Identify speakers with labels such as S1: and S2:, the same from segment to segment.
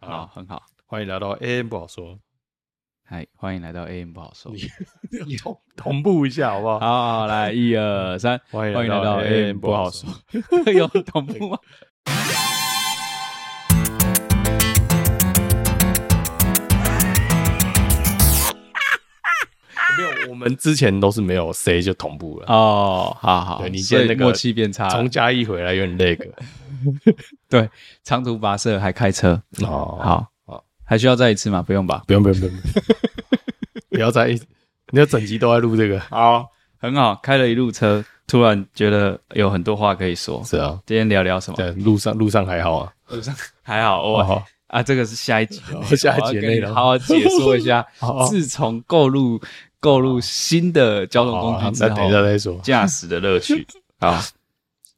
S1: 好，
S2: 好
S1: 很好。
S2: 欢迎来到 AM 不好 说，
S1: 嗨，欢迎来到 AM 不好说。
S2: 同同步一下好不好？
S1: 好，好来，一二三，
S2: 欢迎
S1: 欢迎来到 AM 不好说。。 有 同步吗？
S2: 没有，我们之前都是没有 C 就同步了。
S1: 哦，好好，
S2: 对你
S1: 所
S2: 现
S1: 以
S2: 在那个
S1: 默契变差了
S2: 从。嘉义回来有点那个
S1: 对，长途跋涉还开车，
S2: 哦，
S1: 好
S2: 好，
S1: 还需要再一次吗？不用吧。
S2: 不用不用 不用，不用不要在一，你要整集都在录这个。
S1: 好，很好，开了一路车，突然觉得有很多话可以说。
S2: 是啊，
S1: 今天聊聊什么？
S2: 在路上路上还好啊。
S1: 路上还好，
S2: 哦，
S1: 我
S2: 好
S1: 啊，这个是下一集的内容，
S2: 好下一集的内
S1: 我要跟你
S2: 容哦
S1: 好好解说一 下
S2: 好。好
S1: 自从购入购入新的交通工
S2: 哦好
S1: 具之
S2: 那等一下
S1: 后，
S2: 再说。
S1: 驾驶的乐 趣。好，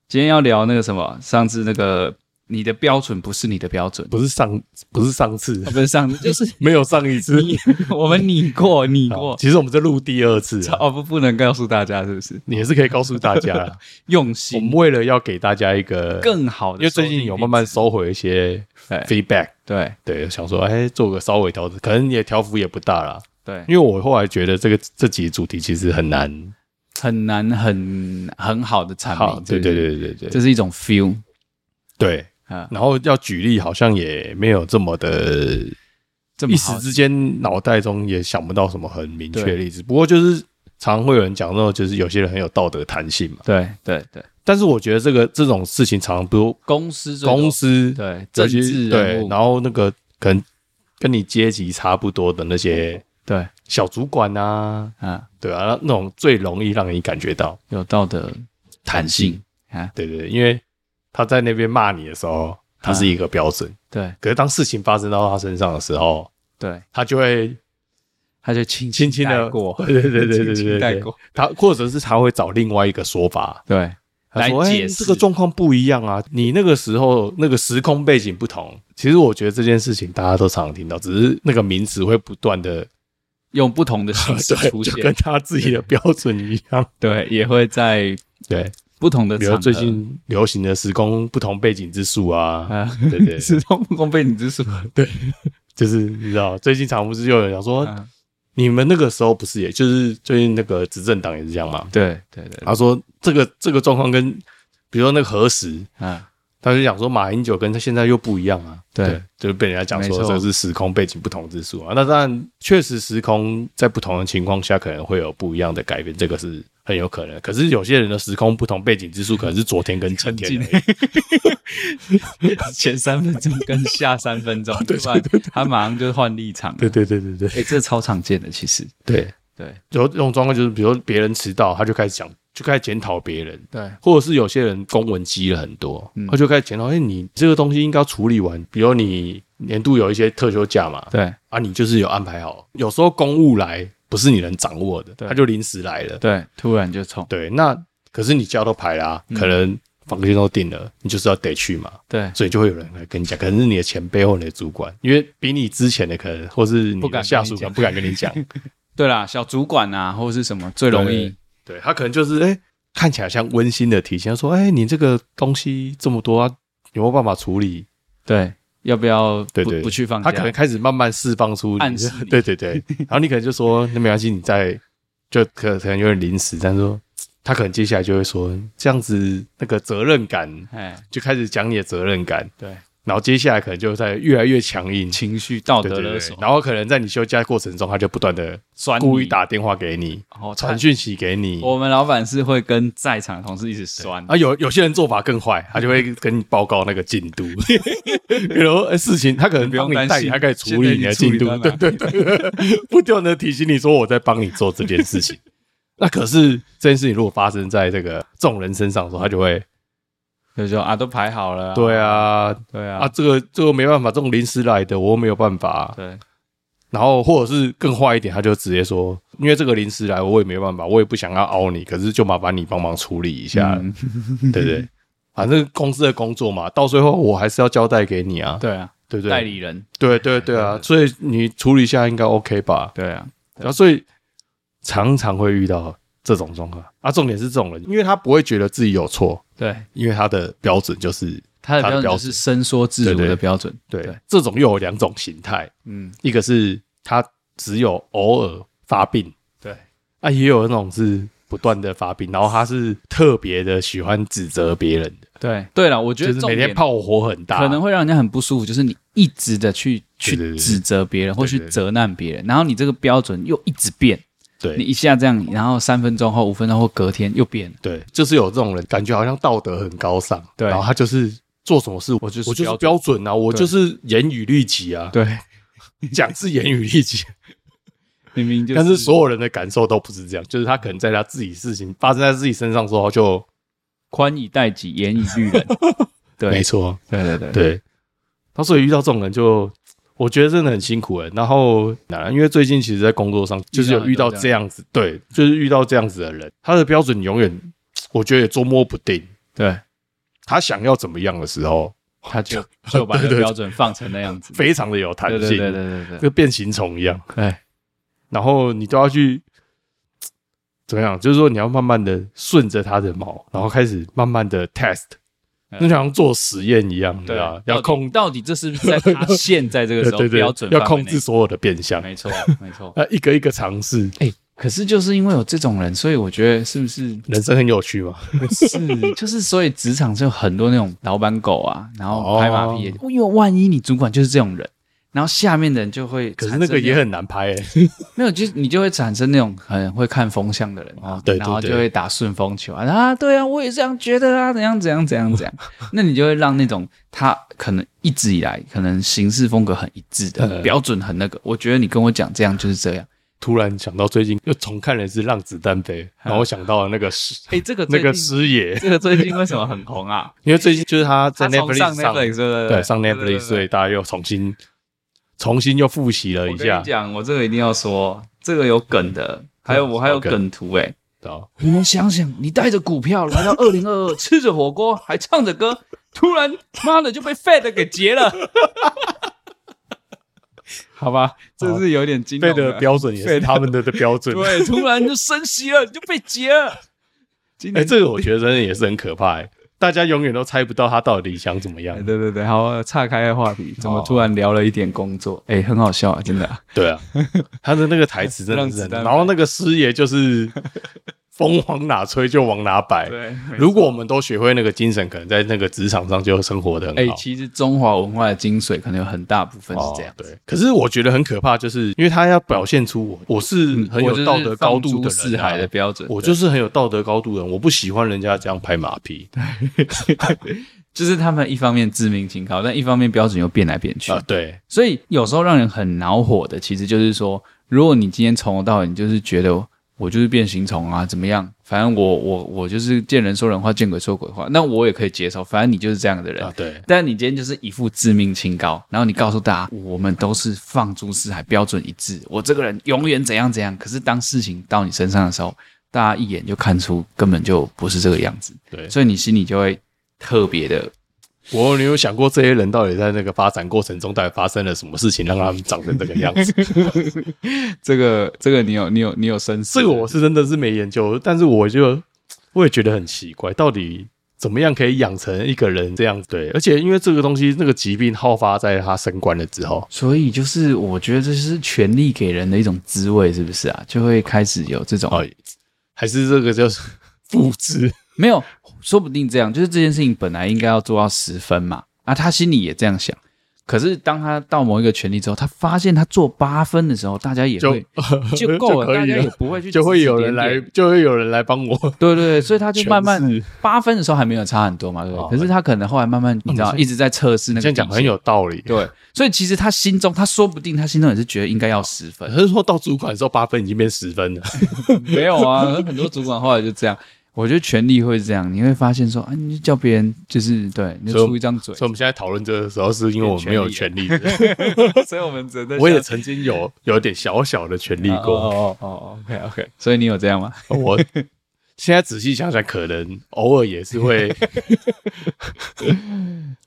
S1: 今天要聊那个什么，上次那个你的标准不是你的标准，
S2: 不是上不是上
S1: 哦
S2: 次
S1: 啊，不是 上次就是
S2: 没有上一 次。
S1: 我们拟过拟
S2: 好
S1: 过。
S2: 其实我们在录第二次啊，
S1: 哦，不，不能告诉大家是不是？
S2: 你也是可以告诉大家 啦。
S1: 用
S2: 我们
S1: 心
S2: 为了要给大家一个
S1: 更好的，
S2: 因为最近有慢慢收回一些
S1: 对
S2: feedback，
S1: 对
S2: 对，想说哎，做个稍微调整，可能也调幅也不大啦。
S1: 对
S2: 因，为我后来觉得这个这集主题其实很难，
S1: 很难很很好的产
S2: 好，
S1: 品，是
S2: 对
S1: 不是，
S2: 对对对对
S1: 这
S2: 对
S1: 是一种 feel
S2: 对。
S1: 啊，
S2: 然后要举例，好像也没有这么的，
S1: 这
S2: 一
S1: 么
S2: 时
S1: 好
S2: 之间脑袋中也想不到什么很明确的
S1: 对
S2: 例子。不过就是常会有人讲到，就是有些人很有道德弹性嘛。
S1: 对对对，
S2: 但是我觉得这个这种事情常常不
S1: 公司最多
S2: 公司
S1: 对
S2: 尤
S1: 政
S2: 其
S1: 治人
S2: 对，
S1: 物
S2: 然后那个可能跟你阶级差不多的那
S1: 哦
S2: 些
S1: 对
S2: 小主管啊，
S1: 啊，
S2: 对啊，那种最容易让你感觉到
S1: 有道德
S2: 弹性，
S1: 啊，
S2: 对对，对因为他在那边骂你的时候，他是一个标准，
S1: 对
S2: 可是当事情发生到他身上的时候，
S1: 对，
S2: 他就会
S1: 他就轻
S2: 轻轻
S1: 带
S2: 的
S1: 过，
S2: 对对对对
S1: 轻
S2: 对对
S1: 轻带
S2: 对
S1: 过，
S2: 他或者是他会找另外一个说法。
S1: 对，
S2: 他说
S1: 来
S2: 哎
S1: 解
S2: 这
S1: 释
S2: 个状况不一样啊，你那个时候那个时空背景不同。其实我觉得这件事情大家都常常听到，只是那个名词会不断的
S1: 用不同的形式
S2: 对，
S1: 出
S2: 就跟
S1: 现，
S2: 他自己的标准一样。
S1: 对，也会在
S2: 对，
S1: 不同的
S2: 比
S1: 场
S2: 如
S1: 合
S2: 最近流行的时空不同背景之术啊，
S1: 啊，
S2: 对对对，
S1: 时空不公被你之术，
S2: 就是你知道，最近常不是又有人讲说，
S1: 啊
S2: 你们那个时候不是也，就是最近那个执政党也是这样嘛？
S1: 对对对，
S2: 他说这个这个状况跟，比如说那个核实，
S1: 啊，
S2: 他就讲说马英九跟他现在又不一样啊，
S1: 对，
S2: 就是被人家讲说
S1: 没错
S2: 这是时空背景不同之处啊。那当然，确实时空在不同的情况下可能会有不一样的改变，这个是很有可能。可是有些人的时空不同背景之处可能是昨天跟今天而已，啊
S1: 前三分钟跟下三分钟， 对吧？他马上就换立场了，
S2: 对对对对对
S1: 哎，这超常见的，其实，
S2: 对。
S1: 对
S2: 有这种状况就是，比如说别人迟到，他就开始讲，就开始检讨别人，
S1: 对
S2: 或者是有些人公文积了很多，
S1: 嗯
S2: 他就开始检讨，哎、你这个东西应该要处理完，比如你年度有一些特休假嘛，
S1: 对
S2: 啊，你就是有安排好，有时候公务来不是你能掌握的，
S1: 对
S2: 他就临时来了，
S1: 对，突然就冲，
S2: 对，那可是你假都排啦、
S1: 嗯
S2: 可能房间都定了，你就是要得去嘛，
S1: 对
S2: 所以就会有人来跟你讲，可能是你的前辈或你的主管，因为比你之前的可能或是你
S1: 不敢跟
S2: 的下
S1: 你
S2: 属可
S1: 讲
S2: 能不敢跟 你讲，
S1: 对啦，小主管啊，或是什么最容易
S2: 对他可能就是哎、诶看起来像温馨的提醒，他说哎、诶你这个东西这么多、啊，有没有办法处理？
S1: 对，要不要不
S2: 对对对
S1: 不去放假？
S2: 他可能开始慢慢释放出你
S1: 暗示你
S2: 对对对，然后你可能就说那没关系，你再就可可能有点临时，但是说他可能接下来就会说这样子那个责任感
S1: 哎，
S2: 就开始讲你的责任感，
S1: 对，
S2: 然后接下来可能就在越来越强硬。
S1: 情绪道
S2: 对
S1: 德
S2: 对对
S1: 勒，索，
S2: 然后可能在你休假过程中，他就不断的
S1: 酸
S2: 故意
S1: 你。
S2: 打电话给你，
S1: 哦，
S2: 传
S1: 他
S2: 讯息给你，
S1: 我们老板是会跟在场的同事一直酸，
S2: 啊，有有些人做法更坏，他就会跟你报告那个进 度，比如、哎事情他可能
S1: 不用
S2: 帮
S1: 担
S2: 你代理，
S1: 心
S2: 他可以处理你的进度，
S1: 现在
S2: 对
S1: 已经
S2: 对对，不断的提醒你说我在帮你做这件事 情。那可是这件事情如果发生在这个这种人身上的时候，他就会
S1: 就说啊，都排好了啊，
S2: 对啊
S1: 对
S2: 啊，
S1: 啊，
S2: 这个这个没办法，这种临时来的我又没有办法。
S1: 对
S2: 然后或者是更坏一点，他就直接说，因为这个临时来我也没办法，我也不想要凹你，可是就麻烦你帮忙处理一下。
S1: 嗯
S2: 对啊不对？反正公司的工作嘛，到最后我还是要交代给你啊，
S1: 对啊，
S2: 对不
S1: 代
S2: 对？
S1: 理人，
S2: 对对对啊，所以你处理一下应该 OK 吧？
S1: 对啊，
S2: 然后所以常常会遇到这种状况啊。重点是这种人，因为他不会觉得自己有错，
S1: 对
S2: 因为他的标准就是
S1: 它的
S2: 它的
S1: 标准
S2: 标
S1: 就是伸缩自如
S2: 对
S1: 的
S2: 对
S1: 标准。
S2: 对，这种又有两种形态，
S1: 嗯，
S2: 一个是它只有偶尔发病，
S1: 对，
S2: 啊，也有那种是不断的发病，然后他是特别的喜欢指责别人的，
S1: 对，对了，我觉得
S2: 就是
S1: 重
S2: 每
S1: 点
S2: 天炮火很大，
S1: 可能会让人家很不舒服，就是你一直的去去
S2: 对对对
S1: 指责别人或去
S2: 对对对
S1: 责难别人，然后你这个标准又一直变，你
S2: 对
S1: 一下这样，然后三分钟后、五分钟后隔天又变了。
S2: 对，就是有这种人，感觉好像道德很高尚，
S1: 对
S2: 然后他就是做什么事，我
S1: 就是
S2: 我就是
S1: 标准
S2: 标准啊，我
S1: 对
S2: 就是严于律己啊，
S1: 对，
S2: 讲是严于律己，
S1: 明明就
S2: 但是所有人的感受都不是这样，就是他可能在他自己事情发生在自己身上的时候就，
S1: 宽以待己，严以律 人。对，
S2: 没错，
S1: 对对对，
S2: 对，他所以遇到这种人就，我觉得真的很辛苦哎。然后，啊因为最近其实，在工作上就是有遇到这样子，对，就是遇到这样子的人，他的标准永远，我觉得也捉摸不定。
S1: 对，
S2: 他想要怎么样的时候，
S1: 他就就把这个标准放成那样子。
S2: 非常的有弹
S1: 对
S2: 性，
S1: 对对对对对，
S2: 跟变形虫一样。
S1: 哎，
S2: 然后你都要去怎么样？就是说，你要慢慢的顺着他的毛，然后开始慢慢的 test，
S1: 嗯
S2: 就像做实验一样，
S1: 对
S2: 啊
S1: 啊，，
S2: 要控，
S1: 到底这是不是在他现在这个
S2: 对
S1: 时候
S2: 对对
S1: 标准，
S2: 要
S1: 范围
S2: 控
S1: 内
S2: 制？所有的变相。
S1: 没错，没错。
S2: 呃，一个一个尝试，
S1: 哎、可是就是因为有这种人，所以我觉得是不是
S2: 人生很有趣嘛。
S1: 不是就是所以职场就有很多那种老板狗啊，然后
S2: 哦
S1: 拍马屁的，因为万一你主管就是这种人，然后下面的人就会产
S2: 可是
S1: 生
S2: 那
S1: 那
S2: 个也
S1: 种
S2: 很难拍欸诶、
S1: 没有，就是你就会产生那种很会看风向的人啊，
S2: 对对
S1: 然后
S2: 对
S1: 就会打顺风球啊啊，对啊，我也这样觉得啊，怎样怎样怎样怎样， 那你就会让那种他可能一直以来可能行事风格很一致的
S2: 嗯
S1: 标准很那个，我觉得你跟我讲这样就是这样，
S2: 突然想到最近又重看了一次《让子弹飞》，然后我想到了那个师
S1: 哎，这个
S2: 那
S1: 最
S2: 个
S1: 近
S2: 师爷，
S1: 这个最近为什么很红 啊？
S2: 因为最近就是他在
S1: 他从
S2: Netflix
S1: 上
S2: 上
S1: Netflix 对
S2: 对上 Netflix，所以大家又重新重新又复习了
S1: 我
S2: 一
S1: 跟
S2: 下
S1: 你，讲，我这个一定要说，这个有梗的，还 有我还有
S2: 好梗
S1: 梗图哎、
S2: 知道
S1: 你们想想，你带着股票来到二零二二， 吃着火锅还唱着歌，突然妈的就被 Fed 给劫了， 好吧，这是有点惊
S2: 对
S1: 动
S2: 的
S1: 了
S2: 标准也是他们的的标 准。
S1: 对，突然就升息了，你就被劫了。今
S2: 哎、
S1: 年
S2: 这个我觉得真的也是很可怕、欸，大家永远都猜不到他到底想怎么样
S1: 哎。对对对，好，岔开话题，怎么突然聊了一点工
S2: 哦
S1: 作？哎、很好笑啊，真 的啊、
S2: 对啊，他的那个台词真的是
S1: 让子
S2: 很，
S1: 弹
S2: 然后那个师爷就是 风往哪吹就往哪摆，
S1: 对，
S2: 如果我们都学会那个精神，可能在那个职场上就生活的
S1: 哎、
S2: 很好。
S1: 其实中华文化的精髓可能有很大部分是这样
S2: 哦。对，可是我觉得很可怕，就是因为他要表现出我我是很
S1: 嗯我就
S2: 有
S1: 是
S2: 道德高度
S1: 放诸
S2: 的人、啊
S1: 四海的，标准，
S2: 我
S1: 对
S2: 就是很有道德高度的人，我不喜欢人家这样拍马屁
S1: 就是他们一方面自命清高，但一方面标准又变来变去，
S2: 啊。对，
S1: 所以有时候让人很恼火的，其实就是说，如果你今天从头到尾你就是觉得我就是变形虫啊，怎么样？反正我我我就是见人说人话，见鬼说鬼话，那我也可以接受，反正你就是这样的人。
S2: 啊对，
S1: 但你今天就是一副自命清高，然后你告诉大家，我们都是放诸四海，标准一致，我这个人永远怎样怎样。可是当事情到你身上的时候，大家一眼就看出根本就不是这个样子，
S2: 对
S1: 所以你心里就会特别的
S2: 我你有想过这些人到底在那个发展过程中到底发生了什么事情，让他们长成这个样子？
S1: 这个这个你有你有你有深思，
S2: 这个我是真的是没研究，但是我就我也觉得很奇怪，到底怎么样可以养成一个人这样？对，而且因为这个东西，那个疾病好发在他升官了之后，
S1: 所以就是我觉得这是权力给人的一种滋味，是不是啊？就会开始有这种、
S2: 哦，还是这个就是 复制，
S1: 没有，说不定这样，就是这件事情本来应该要做到十分嘛，啊，他心里也这样想。可是当他到某一个权力之后，他发现他做八分的时候，大家也
S2: 就
S1: 会 就够
S2: 就可
S1: 大
S2: 以
S1: 家
S2: 了
S1: 也不会去
S2: 就会
S1: 指指
S2: 有人
S1: 点
S2: 来
S1: 点，
S2: 就会有人来帮我。
S1: 对对对，所以他就
S2: 诠
S1: 慢慢
S2: 释
S1: 八分的时候还没有差很多嘛，对不
S2: 哦嗯
S1: 对？可是他可能后来慢慢，你知道，一直在测试那
S2: 你
S1: 个
S2: 这样讲
S1: 底
S2: 很
S1: 线
S2: 有道理。
S1: 对，所以其实他心中，他说不定他心中也是觉得应该要十分，
S2: 可是说到主管的时候，八分已经变十分了。
S1: 没有啊，很多主管后来就这样。我觉得权力会这样，你会发现说，啊，你就叫别人就是对，你
S2: 所
S1: 就
S2: 以我
S1: 出一张嘴
S2: 所以。我们现在讨论这个时候，是因为我没有 权利啊的。
S1: 所以我们只能在
S2: 我也曾经 有有点小小的权利
S1: 想
S2: 过。
S1: 哦哦哦，OK OK。所以你有这样吗？
S2: 我现在仔细想想，可能偶尔也 是会，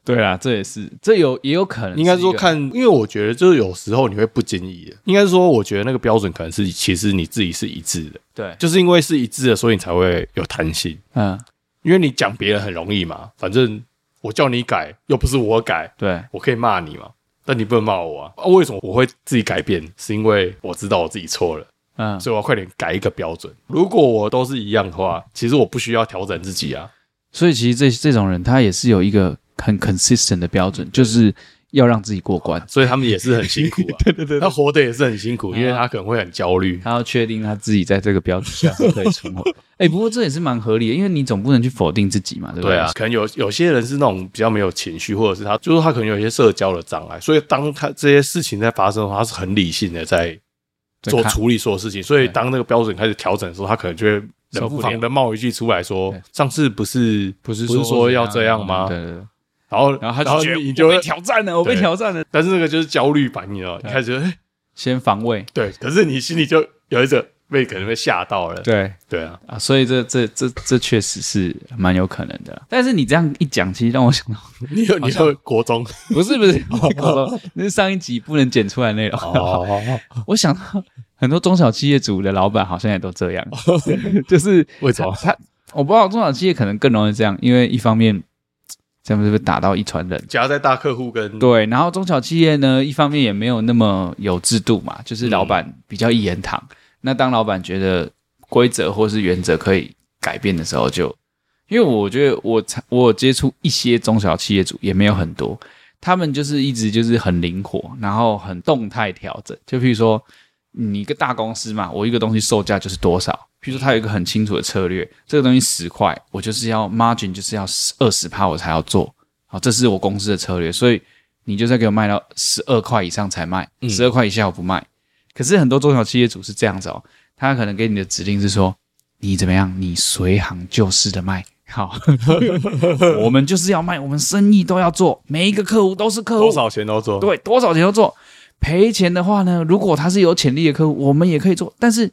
S1: 对啦，这也是，这有也有可能
S2: 应该说
S1: 是一个
S2: 看，因为我觉得就是有时候你会不经意的。应该说，我觉得那个标准可能是其实你自己是一致的，
S1: 对，
S2: 就是因为是一致的，所以你才会有弹性。
S1: 嗯，
S2: 因为你讲别人很容易嘛，反正我叫你改，又不是我改，
S1: 对，
S2: 我可以骂你嘛，但你不能骂我啊。啊为什么我会自己改变？是因为我知道我自己错了，
S1: 嗯，
S2: 所以我要快点改一个标准。如果我都是一样的话，其实我不需要调整自己啊。
S1: 所以其实这这种人他也是有一个很 consistent 的标准，就是要让自己过关，
S2: 所以他们也是很 辛苦啊。对对对，他活得也是很辛苦，
S1: 嗯
S2: 因为他可能会很焦虑。
S1: 他要确定他自己在这个标准下是可以存活。 哎、不过这也是蛮合理的，因为你总不能去否定自己嘛，对不
S2: 对啊，可能有有些人是那种比较没有情绪，或者是他就是他可能有一些社交的障碍，所以当他这些事情在发生的话，他是很理性的在
S1: 对
S2: 做
S1: 看
S2: 处理所有事情。所以当那个标准开始调整的时候，他可能就会
S1: 受
S2: 冷
S1: 不
S2: 不
S1: 了
S2: 防的冒一句出来说
S1: 对：“
S2: 上次不是
S1: 不是嗯
S2: 不是说要这样吗
S1: 对对对，？”
S2: 然后
S1: 然后
S2: 然
S1: 他
S2: 后
S1: 就觉得
S2: 你
S1: 你
S2: 就
S1: 就被
S2: 会，
S1: 挑战了，我被
S2: 对
S1: 挑战了，
S2: 但是那个就是焦虑版，你知道吗，一开始就哎
S1: 先防卫，
S2: 对，可是你心里就有一种被可能被吓到了。
S1: 对
S2: 对啊，
S1: 啊，所以这这这这确实是蛮有可能的啦。但是你这样一讲，其实让我想到，
S2: 你有你有国中
S1: 不是不是，我告诉 你那是上一集不能剪出来内容。
S2: 哦，
S1: 我想到很多中小企业主的老板好像也都这 样，就是
S2: 为什么
S1: 他我不知道中小企业可能更容易这样，因为一方面这样是不是打到一船人？
S2: 夹在大客户跟
S1: 对，然后中小企业呢，一方面也没有那么有制度嘛，就是老板比较一言堂。那当老板觉得规则或是原则可以改变的时候就，因为我觉得我才我有接触一些中小企业主，也没有很多，他们就是一直就是很灵活，然后很动态调整。就譬如说，你一个大公司嘛，我一个东西售价就是多少。譬如说，他有一个很清楚的策略，这个东西十块，我就是要 margin 就是要二十趴我才要做，好，这是我公司的策略，所以你就是要给我卖到十二块以上才卖，
S2: 嗯
S1: 十二块以下我不卖。可是很多中小企业主是这样子哦，他可能给你的指令是说，你怎么样，你随行就市的卖。 好，我们就是要卖，我们生意都要做，每一个客户都是客户，
S2: 多少钱都做，
S1: 对，多少钱都做。赔钱的话呢，如果他是有潜力的客户，我们也可以做。但是，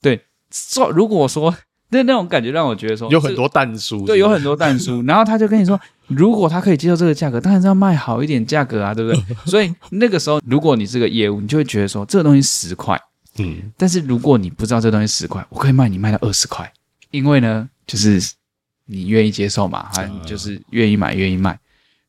S1: 对，说如果说那那种感觉让我觉得说
S2: 有很多蛋叔，
S1: 这对有很多蛋书，然后他就跟你说，如果他可以接受这个价格，当然是要卖好一点价格啊，对不对？ 所以那个时候，如果你是个业务，你就会觉得说这个东西十块，
S2: 嗯，
S1: 但是如果你不知道这东西十块，我可以卖你卖到二十块，因为呢，就是你愿意接受嘛，啊，你就是愿意买，愿意卖。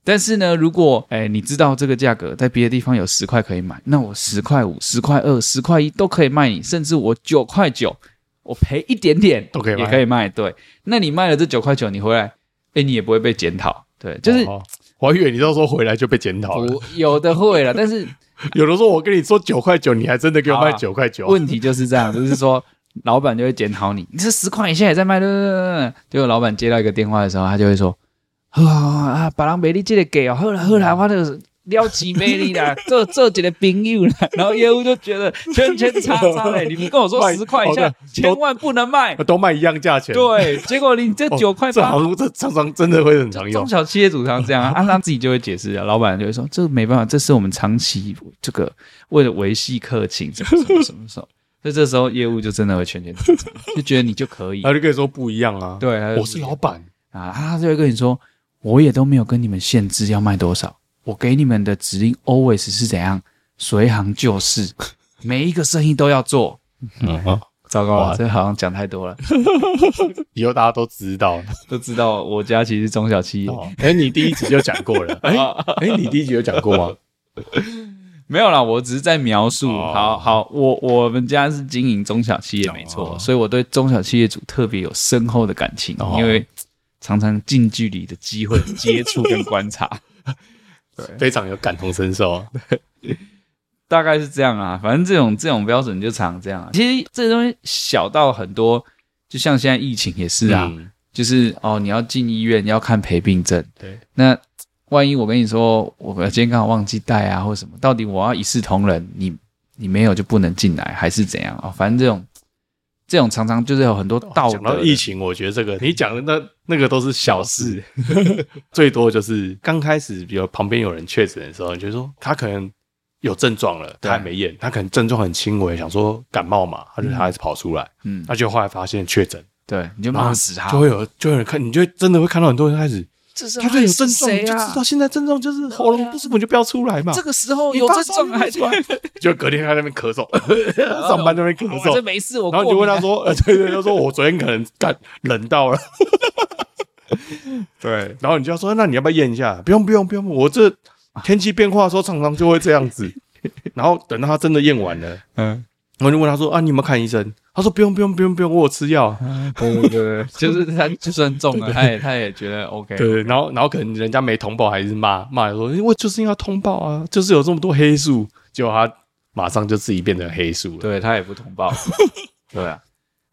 S1: 但是呢，如果哎你知道这个价格在别的地方有十块可以买，那我十块五、十块二、十块一都可以卖你，甚至我九块九，我赔一点点
S2: 都可以卖
S1: 也可以卖。对，那你卖了这九块九，你回来，哎，你也不会被检讨。对，就是
S2: 哦我还以为你到时候回来就被检讨了。
S1: 我有的会 了，但是
S2: 有的时候我跟你说九块九，你还真的给我卖
S1: 好啊
S2: 九块九。
S1: 问题就是这样，就是说老板就会检讨你，你这十块以下也在卖，对对对对对。结果老板接到一个电话的时候，他就会说：“啊啊，把人美丽这个给哦，后来后来我就是撩起魅力啦，做做几个朋友啦。”然后业务就觉得圈圈叉叉嘞，你们跟我说
S2: 卖
S1: 十块以
S2: 好
S1: 下
S2: 的
S1: 千万不能卖
S2: 啊，都卖一样价钱，
S1: 对，结果你这
S2: 哦，
S1: 九块
S2: 这
S1: 八
S2: 好。像这常常真的会很常用
S1: 中。小企业主常这样啊，啊他自己就会解释啊，老板就会说这没办法，这是我们长期这个为了维系客情，什么什么什么什么，所以这时候业务就真的会圈圈叉叉，就觉得你就 可以，
S2: 他就跟你说不一样啊。，
S1: 对，他就
S2: 我是老板，
S1: 啊，他就会跟你说，我也都没有跟你们限制要卖多少，我给你们的指令 always 是怎样，随行就市，每一个生意都要做。嗯糟糕了，
S2: 哇
S1: 这好像讲太多了，
S2: 以后大家都知道。
S1: 都知道我家其实是中小企 业，
S2: 哦哎，你第一集就讲过 了。哎哎，你第一集有讲过吗？
S1: 没有啦，我只是在描述。
S2: 哦
S1: 好好，我我们家是经营中小企业，没错，所以我对中小企业主特别有深厚的感情，
S2: 哦
S1: 因为嘖常常近距离的机会接触跟观 察，
S2: 非常有感同身受。
S1: 大概是这样啊。反正这种这种标准就常这样啊。其实这东西小到很多，就像现在疫情也是啊，
S2: 嗯
S1: 就是哦，你要进医院要看陪病证，
S2: 对，
S1: 那万一我跟你说，我今天刚好忘记带啊，或什么，到底我要一视同仁，你你没有就不能进来，还是怎样啊、哦？反正这种这种常常就是有很多道
S2: 讲到
S1: 德
S2: 疫情，我觉得这个你讲的那那个都是小 事，最多就是刚开始，比如旁边有人确诊的时候，你就说他可能有症状了，
S1: 对
S2: 他还没验，他可能症状很轻微，想说感冒嘛，他就他还是跑出来，
S1: 嗯，
S2: 那就后来发现确诊，
S1: 对，你就
S2: 然后
S1: 骂死他
S2: 就，会有就会有人看，你就会真的会看到很多人开始，
S1: 这是
S2: 他就有症状，你
S1: 谁
S2: 就
S1: 啊
S2: 知道？现在症状就是喉咙不舒服，你就不要出来嘛。
S1: 这个时候
S2: 你
S1: 哦有
S2: 发
S1: 症
S2: 烧
S1: 状还
S2: 就不要出来， 就隔天他在那边咳 嗽，上班在那边咳
S1: 哦我这
S2: 嗽，
S1: 没事，我
S2: 然后
S1: 过啊
S2: 你就问
S1: 敏啊
S2: 他说：“呃，对对，他说我昨天可能干冷到了。”对， 然后你就要说，那你要不要验一下？不用不用不用，我这天气变化的时候常常就会这样子。 然后等到他真的验完了，
S1: 嗯，
S2: 我就问他说啊，你有没有看医生？他说不用不用不用不用，我有吃 药。
S1: 对对对，就是他就算中了，他也他也觉得 OK，
S2: 对，然后然后可能人家没通报，还是骂骂说，因为就是因为他通报啊，就是有这么多黑数，结果他马上就自己变成黑数了。
S1: 对他也不通报，对啊，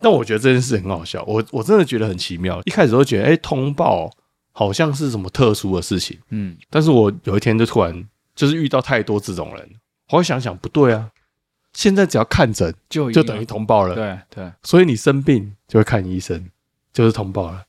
S2: 但我觉得这件事很好笑，我我真的觉得很奇妙。一开始都觉得，哎、通报好像是什么特殊的事情，
S1: 嗯，
S2: 但是我有一天就突然就是遇到太多这种人，我会想想不对啊，现在只要看诊
S1: 就
S2: 就等于通报了，
S1: 啊对对，
S2: 所以你生病就会看医生，就是通报了。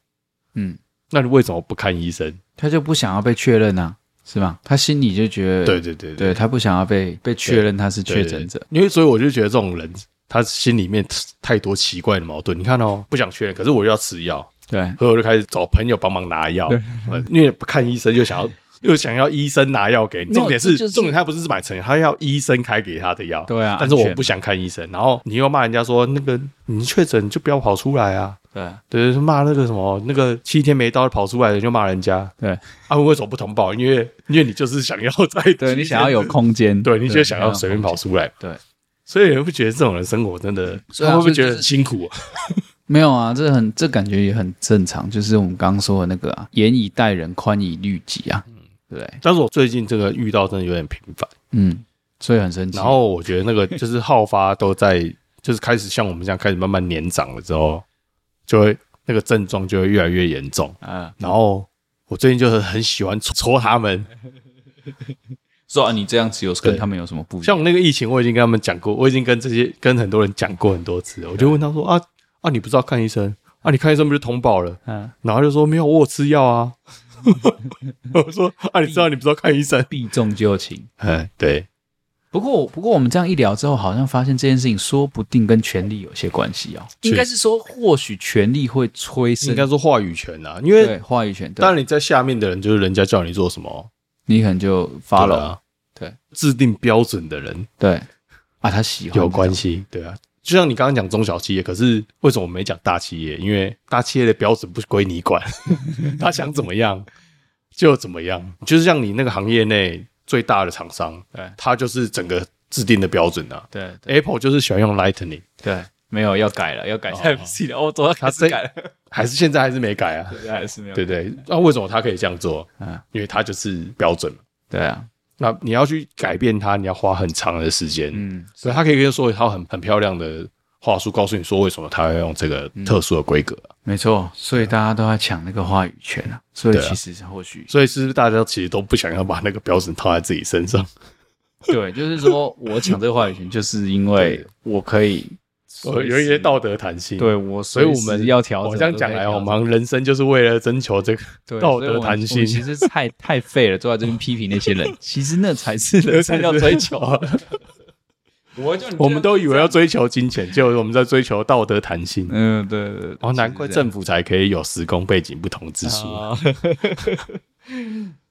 S1: 嗯，
S2: 那你为什么不看医生？
S1: 他就不想要被确认啊，是吧？他心里就觉得
S2: 对对对
S1: 对他不想要被被确认他是确诊者，
S2: 因为所以我就觉得这种人，他心里面太多奇怪的矛盾。你看哦，不想确认，可是我又要吃药，
S1: 对
S2: 所以我就开始找朋友帮忙拿药，嗯因为不看医生又想要。又想要医生拿药给
S1: 没
S2: 你，
S1: 有
S2: 重点
S1: 这
S2: 是
S1: 就是
S2: 重点，他不是买成药，他要医生开给他的药。
S1: 对啊
S2: 但是
S1: 安
S2: 我
S1: 全
S2: 不想看医生，然后你又骂人家说那个你确诊你就不要跑出来啊，
S1: 对
S2: 对，骂那个什么那个七天没到跑出来的就骂人家。
S1: 对
S2: 啊，为什么不通报？因为因为你就是想要在
S1: 对，
S2: 七
S1: 你
S2: 天
S1: 想要有，空间，
S2: 对你就想要随便跑出来，
S1: 对，
S2: 所以你会觉得这种人生活真的，
S1: 所以
S2: 他
S1: 啊
S2: 会不
S1: 所
S2: 会
S1: 以就
S2: 觉
S1: 是
S2: 得很辛苦啊？
S1: 没有啊，这很这感觉也很正常，就是我们刚刚说的那个啊，严以待人，宽以律己啊，
S2: 嗯
S1: 对不对，
S2: 但是我最近这个遇到真的有点频繁，
S1: 嗯，所以很生气。
S2: 然后我觉得那个就是好发都在，就是开始像我们这样开始慢慢年长了之后，就会那个症状就会越来越严重。
S1: 啊，
S2: 然后我最近就是很喜欢戳戳他们，
S1: 说啊，你这样子有跟
S2: 对
S1: 他们有什么不一样？
S2: 像我那个疫情，我已经跟他们讲过，我已经跟这些跟很多人讲过很多次了。我就问他说啊啊，你不知道看医生啊？你看医生不就通报了？
S1: 嗯，
S2: 然后他就说没有，我有吃药啊。 我说啊，你知道你不知道看医生？
S1: 避重就轻。
S2: 哎，对，
S1: 不过，不过我们这样一聊之后，好像发现这件事情说不定跟权力有些关系哦。
S2: 确
S1: 应该是说，或许权力会催
S2: 应
S1: 生
S2: 该说话语权啊，因
S1: 对
S2: 为
S1: 话语权，对
S2: 当然你在下面的人就是人家叫你做什么
S1: 你可能就
S2: 发
S1: follow
S2: 了，
S1: 对，
S2: 制定标准的人
S1: 对啊，他喜欢
S2: 有关系，对啊。就像你刚刚讲中小企业，可是为什么我没讲大企业？因为大企业的标准不归你 管，他想怎么样就怎么样。就是像你那个行业内最大的厂商，
S1: 对
S2: 它就是整个制定的标准啊。
S1: 这种，对
S2: Apple 就是喜欢用 Lightning，
S1: 对对，没有要改了，要改 Type C 了，哦，昨天开
S2: 他这
S1: 始改了，
S2: 还是现在还是没改啊？
S1: 对还是没有
S2: 对不对，那、为什么它可以这样做？
S1: 嗯
S2: 因为它就是标准嘛。
S1: 对啊，
S2: 那你要去改变它，你要花很长的时间。
S1: 嗯，
S2: 所以他可以跟你说一套很很漂亮的话术，告诉你说为什么他要用这个
S1: 嗯
S2: 特殊的规格啊、
S1: 没错，所以大家都在抢那个话语权啊，所以
S2: 对啊
S1: 其实或许
S2: 所以是不是大家其实都不想要把那个标准套在自己 身上？
S1: 对，就是说我抢这个话语权，就是因为我可以
S2: 我有一些道德弹性。，啊
S1: 对我，
S2: 所以我们
S1: 要调整。
S2: 我这样讲
S1: 都可以
S2: 来，哦我
S1: 调整
S2: 们人生就是为了征 求这个，
S1: 对
S2: 道
S1: 所以我
S2: 德
S1: 们
S2: 弹
S1: 我
S2: 性
S1: 们其实太太废了，坐在这边批评那些人，其实那才是人生要追 求。
S2: 啊。
S1: 我就
S2: 我们都以为要追求金钱，结果我们在追求道德弹性。
S1: 嗯，对对对，
S2: 哦，难怪政府才可以有时空背景不同之
S1: 是啊
S2: 说。
S1: 这样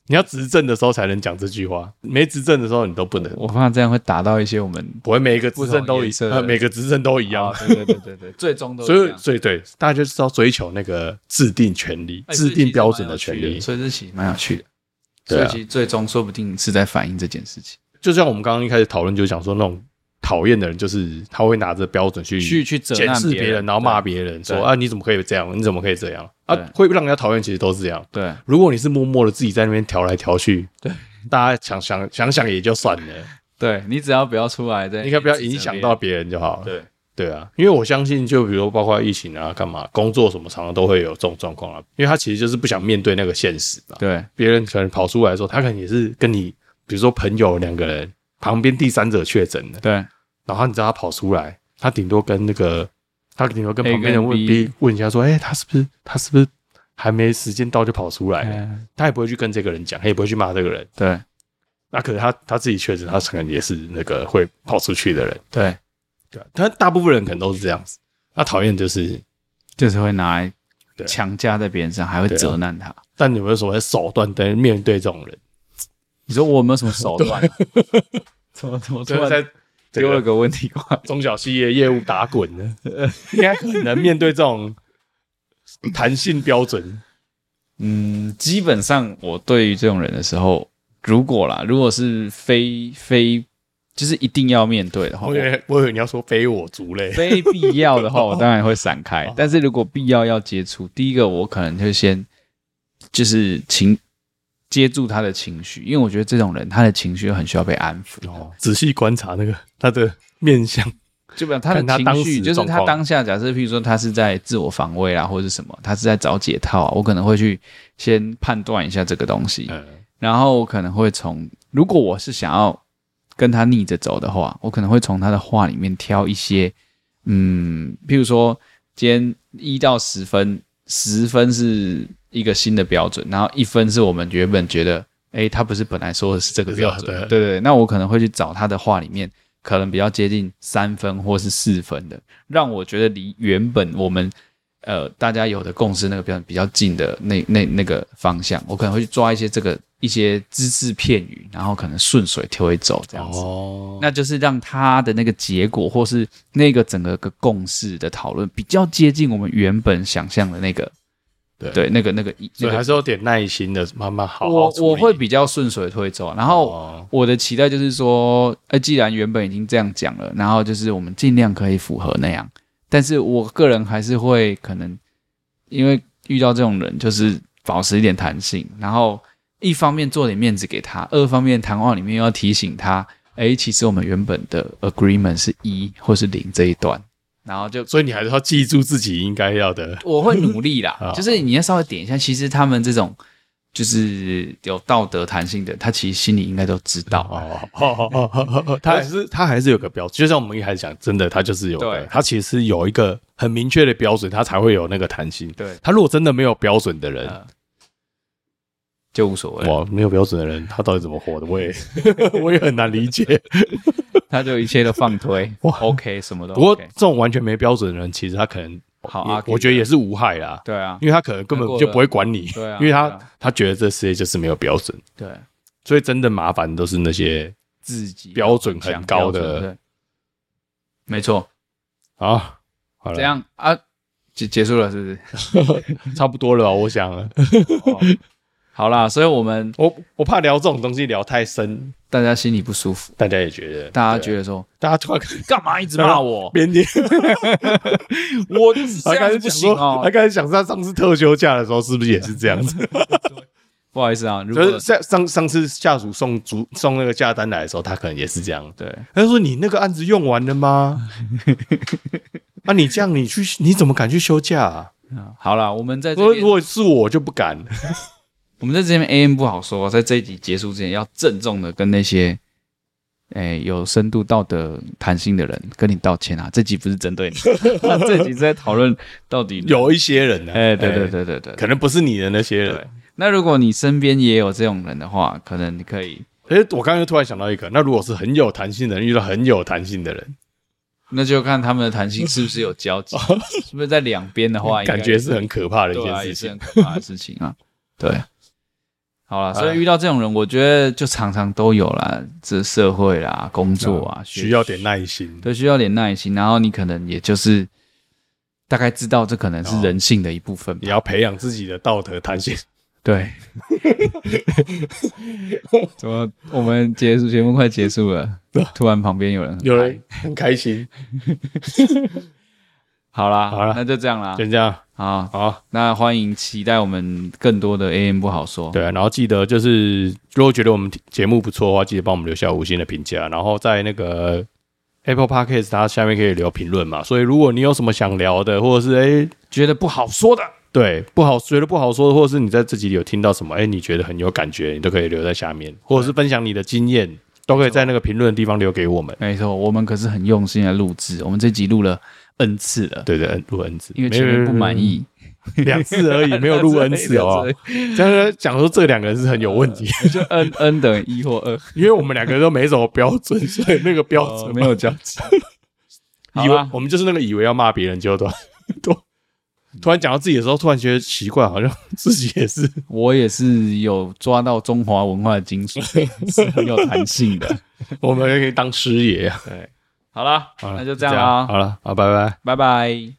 S2: 你要执政的时候才能讲这句话，没执政的时候你都不能
S1: 啊。我怕这样会打到一些我们
S2: 不会每个执政
S1: 不同
S2: 都一
S1: 颜色的
S2: 呃每个执政都一
S1: 一
S2: 样，
S1: 对对对对对，最终都
S2: 所
S1: 一
S2: 以，
S1: 样
S2: 所以对，大家就是要追求那个制定权利、
S1: 哎
S2: 制定标准的
S1: 所
S2: 权
S1: 以其实蛮有趣的。所以
S2: 利
S1: 这其实蛮有趣的。
S2: 对
S1: 所
S2: 啊
S1: 以其实最终说不定是在反映这件事情，
S2: 就像我们刚刚一开始讨论，就想说那种讨厌的人，就是他会拿着标准去
S1: 去去责
S2: 检
S1: 难
S2: 视别人，然后骂别人说啊，你怎么可以这样？你怎么可以这样？啊
S1: 对，
S2: 会让人家讨厌，其实都是这样。
S1: 对
S2: 如果你是默默的自己在那边调来调去，对，大家想想想想也就算了，
S1: 对，你只要不要出来，再
S2: 应该不要影响到别人就好了。
S1: 对
S2: 对啊，因为我相信，就比如包括疫情啊、干嘛、工作什么，常常都会有这种状况啊，因为他其实就是不想面对那个现实嘛。
S1: 对
S2: 别人可能跑出来的时候，他可能也是跟你，比如说朋友两个人，旁边第三者确诊了，
S1: 对
S2: 然后你知道他跑出来，他顶多跟那个，他顶多跟
S1: A
S2: 旁边人问
S1: 跟 B
S2: B 问一下哎说，哎、他是不是他是不是还没时间到就跑出来了？
S1: 嗯
S2: 他也不会去跟这个人讲，他也不会去骂这个人。
S1: 对
S2: 那可是他他自己确诊，他可能也是那个会跑出去的人，
S1: 对，
S2: 对啊、他大部分人可能都是这样子。那讨厌就是，
S1: 就是会拿来
S2: 对
S1: 强加在别人身上，还会
S2: 对啊
S1: 责难他。
S2: 但有没有什么手段在面对这种人？
S1: 你说我有没有什么手段啊？ 怎么怎么突
S2: 就是
S1: 然
S2: 在
S1: 丢了个问题过来？
S2: 中小企业业务打滚呢，应该很难面对这种弹性标准。
S1: 嗯，基本上我对于这种人的时候，如果啦，如果是非非就是一定要面对的话，
S2: 我以为哦我以为你要说非我族类，
S1: 非必要的 话，我当然会闪开。但是如果必要要接触，第一个我可能就先就是情接住他的情绪，因为我觉得这种人他的情绪很需要被安抚。
S2: 哦，仔细观察那个他的面相，
S1: 基本上他的
S2: 看他
S1: 情
S2: 当
S1: 绪
S2: 时
S1: 就是
S2: 状
S1: 他
S2: 况
S1: 当下，假设譬如说他是在自我防卫啊，或者是什么，他是在找解套啊，我可能会去先判断一下这个东西，
S2: 嗯，
S1: 然后我可能会从，如果我是想要跟他逆着走的话，我可能会从他的话里面挑一些，嗯，譬如说今天一到十分，十分是一个新的标准，然后一分是我们原本觉得，诶，他不是本来说的是这个标准，
S2: 对啊对啊
S1: 对对，那我可能会去找他的话里面。可能比较接近三分或是四分的，让我觉得离原本我们呃大家有的共识那个标准比较近的那那那个方向，我可能会去抓一些这个一些只字片语，然后可能顺水推舟这样子。
S2: 哦，
S1: 那就是让他的那个结果，或是那个整个个共识的讨论，比较接近我们原本想象的那个，
S2: 对
S1: 对，那个那个
S2: 所
S1: 那
S2: 以还
S1: 个，
S2: 是有点耐心的，慢慢好好
S1: 我
S2: 处理
S1: 我会比较顺水推舟。然后
S2: 哦
S1: 我的期待就是说，呃，既然原本已经这样讲了，然后就是我们尽量可以符合那样，但是我个人还是会可能，因为遇到这种人，就是保持一点弹性，然后一方面做点面子给他，二方面谈话里面又要提醒他，哎，其实我们原本的 agreement 是一或是零这一段，然后就
S2: 所以你还是要记住自己应该要的，
S1: 我会努力啦
S2: 好，
S1: 就是你要稍微点一下，其实他们这种。就是有道德弹性的，他其实心里应该都知道啊。
S2: 哦哦哦哦哦，他还是他还是有个标准，就像我们一开始讲，真的他就是有个
S1: 对，
S2: 他其实有一个很明确的标准，他才会有那个弹性。
S1: 对
S2: 他如果真的没有标准的人，
S1: 呃就无所谓了，
S2: 哇，没有标准的人，他到底怎么活的？我也我也很难理解。
S1: 他就一切都放 推
S2: 哇
S1: ，OK，什么都
S2: 不过
S1: OK
S2: 这。种完全没标准的人，其实他可能
S1: 好
S2: 也
S1: 啊，
S2: 我觉得也是无害啦，
S1: 对啊，
S2: 因为他可能根本就不会管你，
S1: 对啊，
S2: 因为
S1: 对
S2: 他
S1: 啊
S2: 他觉得这世界就是没有标准，
S1: 对
S2: 所以真的麻烦都是那些
S1: 自己
S2: 标准很
S1: 想
S2: 高的
S1: 标准对没错，
S2: 啊，好了，
S1: 这样啊，结结束了是不是？
S2: 差不多了吧？我想，
S1: 哦好啦，所以我们
S2: 我我怕聊这种东西聊太深，
S1: 大家心里不舒服，
S2: 大家也觉得，
S1: 大家
S2: 得，
S1: 觉得说
S2: 大家突然开 始
S1: 干嘛一直骂我？
S2: 边听，
S1: 我就是
S2: 他
S1: 这
S2: 开
S1: 样
S2: 始
S1: 子不行
S2: 想说，
S1: 哦
S2: 他。开始想他上次特休假的时候是不是也是这样 子？
S1: 不好意思啊，如
S2: 就是
S1: 果
S2: 上上上次下属送主送那个假单来的时候，他可能也是这样，
S1: 对
S2: 他就说：“你那个案子用完了吗？ 啊，你这样你去你怎么敢去休假、啊？
S1: 嗯好啦，我们在这
S2: 说如
S1: 边，
S2: 果是我就不敢。
S1: 我们在这边 AM 不好说，在这一集结束之前，要郑重的跟那些。哎，有深度、道德弹性的人跟你道歉啊！这集不是针 对你，这集是在讨论到底
S2: 有一些人呢、啊，
S1: 哎、对对对对对
S2: 可能不是你的那些
S1: 对
S2: 人。。
S1: 那如果你身边也有这种人的话，可能你可以，
S2: 哎、我刚刚又突然想到一个，那如果是很有弹性的人遇到很有弹性的人，
S1: 那就看他们的弹性是不是有交 集，是不是在两边的话，应该
S2: 感觉是很可怕的一
S1: 对啊，也
S2: 件事
S1: 是很可
S2: 情。
S1: 怕的事情 啊。对，好了，
S2: 哎
S1: 所以遇到这种人，我觉得就常常都有啦，这社会啦、工作啊，学
S2: 需要点耐心。
S1: 都需要点耐心，然后你可能也就是大概知道这可能是人性的一部分吧
S2: 你。要培养自己的道德弹性。
S1: 对，怎么我们结束节目快结束了，突然旁 边有人，
S2: 有人 很开心，
S1: 好啦，
S2: 好啦
S1: 那就这样啦
S2: 先这样，
S1: 好，
S2: 好，
S1: 那欢迎期待我们更多的 AM 不好说，
S2: 对啊，然后记得就是，如果觉得我们节目不错的话，记得帮我们留下五星的评价，然后在那个 Apple Podcast 它下面可以留评论嘛。所以如果你有什么想聊的，或者是哎、诶
S1: 觉得不好说的，
S2: 对不好觉得不好说的，或者是你在这集里有听到什么，哎、你觉得很有感觉，你都可以留在下面，或者是分享你的经验，都可以在那个评论的地方留给我们。
S1: 没错，我们可是很用心来录制，我们这集录了 N 次了，
S2: 对对，嗯录 N 次，
S1: 因为前面不满意，。
S2: 没有，没有没有两次而已，没有录 N 次哦这样讲说这两个人是很有问题，
S1: 就 N N 等于一或二，
S2: 因为我们两个都没什么标准，所以那个 标
S1: 哦
S2: 准
S1: 没有
S2: 讲。
S1: 好 啊
S2: 以为
S1: 啦
S2: 我们就是那个以为要骂别人，结果都都 突然讲到自己的时候，突然觉得奇怪，好像自己也是
S1: 我也是有抓到中华文化的精髓， 是很有弹性的。
S2: 我们也可以当师爷啊。
S1: 好啦，
S2: 好了
S1: 那就这样啦，
S2: 好了，好，拜拜。
S1: 拜拜。